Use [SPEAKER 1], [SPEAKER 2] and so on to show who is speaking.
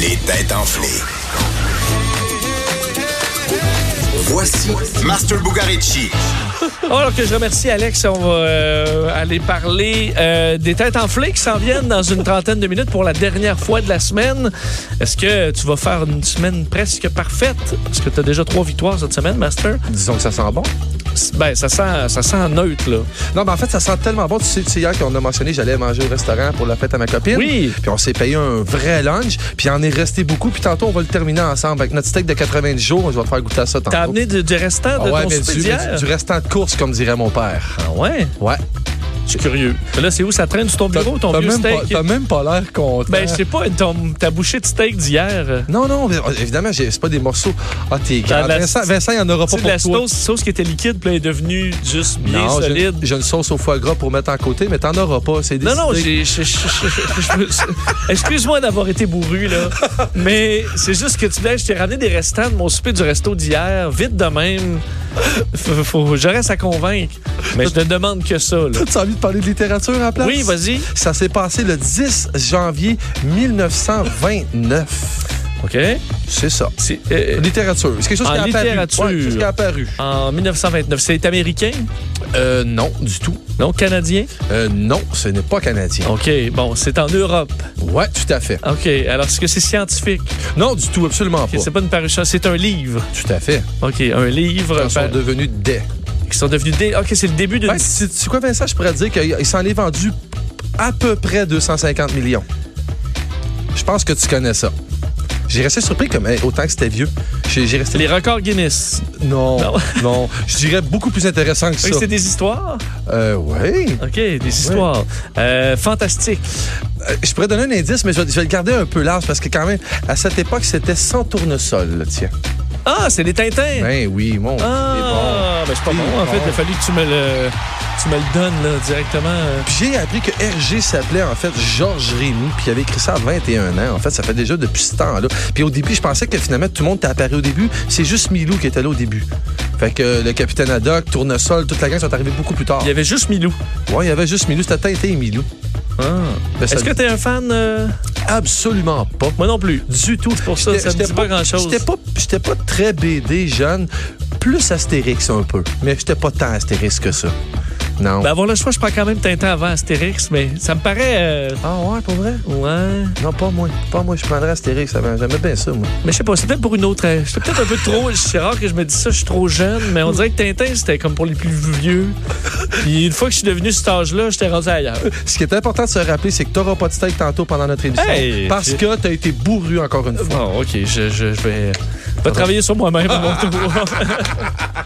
[SPEAKER 1] Les têtes enflées. Voici Master Bugarici.
[SPEAKER 2] Oh, alors que je remercie Alex, on va euh, aller parler euh, des têtes enflées qui s'en viennent dans une trentaine de minutes pour la dernière fois de la semaine. Est-ce que tu vas faire une semaine presque parfaite? Parce que tu as déjà trois victoires cette semaine, Master.
[SPEAKER 3] Disons que ça sent bon.
[SPEAKER 2] Ben, ça sent, ça sent neutre, là.
[SPEAKER 3] Non, mais en fait, ça sent tellement bon. Tu sais, tu sais, hier qu'on a mentionné, j'allais manger au restaurant pour la fête à ma copine.
[SPEAKER 2] Oui.
[SPEAKER 3] Puis on s'est payé un vrai lunch. Puis il en est resté beaucoup. Puis tantôt, on va le terminer ensemble avec notre steak de 90 jours. Je vais te faire goûter à ça tantôt.
[SPEAKER 2] T'as amené du, du restant de
[SPEAKER 3] Ah ouais,
[SPEAKER 2] ton
[SPEAKER 3] mais
[SPEAKER 2] souper
[SPEAKER 3] du,
[SPEAKER 2] d'hier?
[SPEAKER 3] du- du restant de course, comme dirait mon père.
[SPEAKER 2] Ah ouais?
[SPEAKER 3] Ouais.
[SPEAKER 2] Je suis curieux. Mais Là, c'est où? Ça traîne sur ton bureau, ton
[SPEAKER 3] T'as
[SPEAKER 2] vieux
[SPEAKER 3] même, pas-
[SPEAKER 2] steak?
[SPEAKER 3] t'as même pas l'air content.
[SPEAKER 2] Ben, je sais pas, ton- ta bouchée de steak d'hier... euh,
[SPEAKER 3] non, non, mais, euh, évidemment, j'ai- c'est pas des morceaux. Ah, t'es
[SPEAKER 2] T'as
[SPEAKER 3] grand.
[SPEAKER 2] de la-
[SPEAKER 3] Vincent, Vincent, il n'y en aura
[SPEAKER 2] Tu sais,
[SPEAKER 3] pas pour
[SPEAKER 2] de la
[SPEAKER 3] toi.
[SPEAKER 2] sauce, sauce qui était liquide, puis là, elle est devenue juste bien
[SPEAKER 3] Non, j'ai-
[SPEAKER 2] solide.
[SPEAKER 3] J'ai une sauce au foie gras pour mettre en côté, mais t'en auras pas. C'est
[SPEAKER 2] Non, non, j'ai.
[SPEAKER 3] décidé.
[SPEAKER 2] je- je- je- je- je me suis- Excuse-moi d'avoir été bourru, là. Mais c'est juste que tu voulais, je t'ai ramené des restants de mon souper du resto d'hier, vite de même. Faut, faut- je reste à convaincre. Mais je ne demande que ça, là.
[SPEAKER 3] Tu as envie de parler de littérature à place?
[SPEAKER 2] Oui, vas-y.
[SPEAKER 3] Ça s'est passé le 10 janvier 1929.
[SPEAKER 2] OK?
[SPEAKER 3] C'est ça.
[SPEAKER 2] C'est, euh,
[SPEAKER 3] Littérature. C'est quelque chose
[SPEAKER 2] En
[SPEAKER 3] qui est apparu.
[SPEAKER 2] littérature.
[SPEAKER 3] Ouais, quelque chose qui est apparu.
[SPEAKER 2] en 1929. C'est américain?
[SPEAKER 3] Euh, non, du tout.
[SPEAKER 2] Non, canadien?
[SPEAKER 3] Euh, non, ce n'est pas canadien.
[SPEAKER 2] OK. Bon, c'est en Europe.
[SPEAKER 3] Ouais, tout à fait.
[SPEAKER 2] OK. Alors, est-ce que c'est scientifique?
[SPEAKER 3] Non, du tout, absolument
[SPEAKER 2] OK,
[SPEAKER 3] pas.
[SPEAKER 2] C'est pas une parution, c'est un livre.
[SPEAKER 3] Tout à fait.
[SPEAKER 2] OK, un livre.
[SPEAKER 3] Ils sont
[SPEAKER 2] par-
[SPEAKER 3] devenus des.
[SPEAKER 2] qui sont devenus des. OK, c'est le début d'une.
[SPEAKER 3] Ben, c'est c'est quoi, Vincent? Je pourrais te dire qu'il s'en est vendu à peu près 250 millions. Je pense que tu connais ça. J'ai resté surpris comme hey, autant que c'était vieux. J'ai j'ai resté
[SPEAKER 2] les records Guinness.
[SPEAKER 3] Non,
[SPEAKER 2] Non.
[SPEAKER 3] non. Je dirais beaucoup plus intéressant que
[SPEAKER 2] Oui,
[SPEAKER 3] ça.
[SPEAKER 2] c'est des histoires.
[SPEAKER 3] Euh, oui.
[SPEAKER 2] OK, des histoires. Euh, fantastique.
[SPEAKER 3] Euh, Je pourrais donner un indice, mais je vais, je vais le garder un peu large parce que quand même, à cette époque, c'était sans tournesol, là, tiens.
[SPEAKER 2] Ah, c'est des Tintins.
[SPEAKER 3] Ben oui, mon. il est bon.
[SPEAKER 2] ah, ben, c'est pas
[SPEAKER 3] Il est
[SPEAKER 2] bon. En fait,
[SPEAKER 3] bon.
[SPEAKER 2] il a fallu que tu me le, tu me le donnes là, directement. euh.
[SPEAKER 3] Puis j'ai appris que Hergé s'appelait en fait Georges Rémy, puis il avait écrit ça à 21 ans. En fait, ça fait déjà depuis ce temps-là. Puis au début, je pensais que finalement tout le monde était apparu au début. C'est juste Milou qui était là au début. Fait que euh, le capitaine Haddock, Tournesol, toute la gang sont arrivés beaucoup plus tard.
[SPEAKER 2] Il y avait juste Milou.
[SPEAKER 3] Ouais, il y avait juste Milou, c'était Tintin et Milou. Ben, ça-
[SPEAKER 2] Est-ce que t'es un fan? euh?
[SPEAKER 3] Absolument pas.
[SPEAKER 2] Moi non plus.
[SPEAKER 3] Du tout.
[SPEAKER 2] C'est pour ça,
[SPEAKER 3] J'étais-
[SPEAKER 2] ça me
[SPEAKER 3] j'étais
[SPEAKER 2] dit pas grand-chose.
[SPEAKER 3] J'étais pas, j'étais pas très BD jeune, plus Astérix un peu. Mais j'étais pas tant Astérix que ça. Non.
[SPEAKER 2] Ben, avoir le choix, je prends quand même Tintin avant Astérix, mais ça me paraît. euh,
[SPEAKER 3] ah ouais, pour vrai?
[SPEAKER 2] Ouais.
[SPEAKER 3] Non, pas moi. Pas moi, je prendrais Astérix avant. J'aimais bien ça, moi.
[SPEAKER 2] Mais je sais pas, c'était pour une autre. euh, J'étais peut-être un peu trop. C'est rare que je me dise ça, je suis trop jeune, mais on dirait que Tintin, c'était comme pour les plus vieux. Puis une fois que je suis devenu cet âge-là, j'étais rendu ailleurs.
[SPEAKER 3] Ce qui est important de se rappeler, c'est que t'auras pas de steak tantôt pendant notre émission.
[SPEAKER 2] Hey,
[SPEAKER 3] parce
[SPEAKER 2] c'est-
[SPEAKER 3] que t'as été bourru encore une fois.
[SPEAKER 2] Bon, OK, je, je, je vais. je vais travailler sur moi-même à mon tour.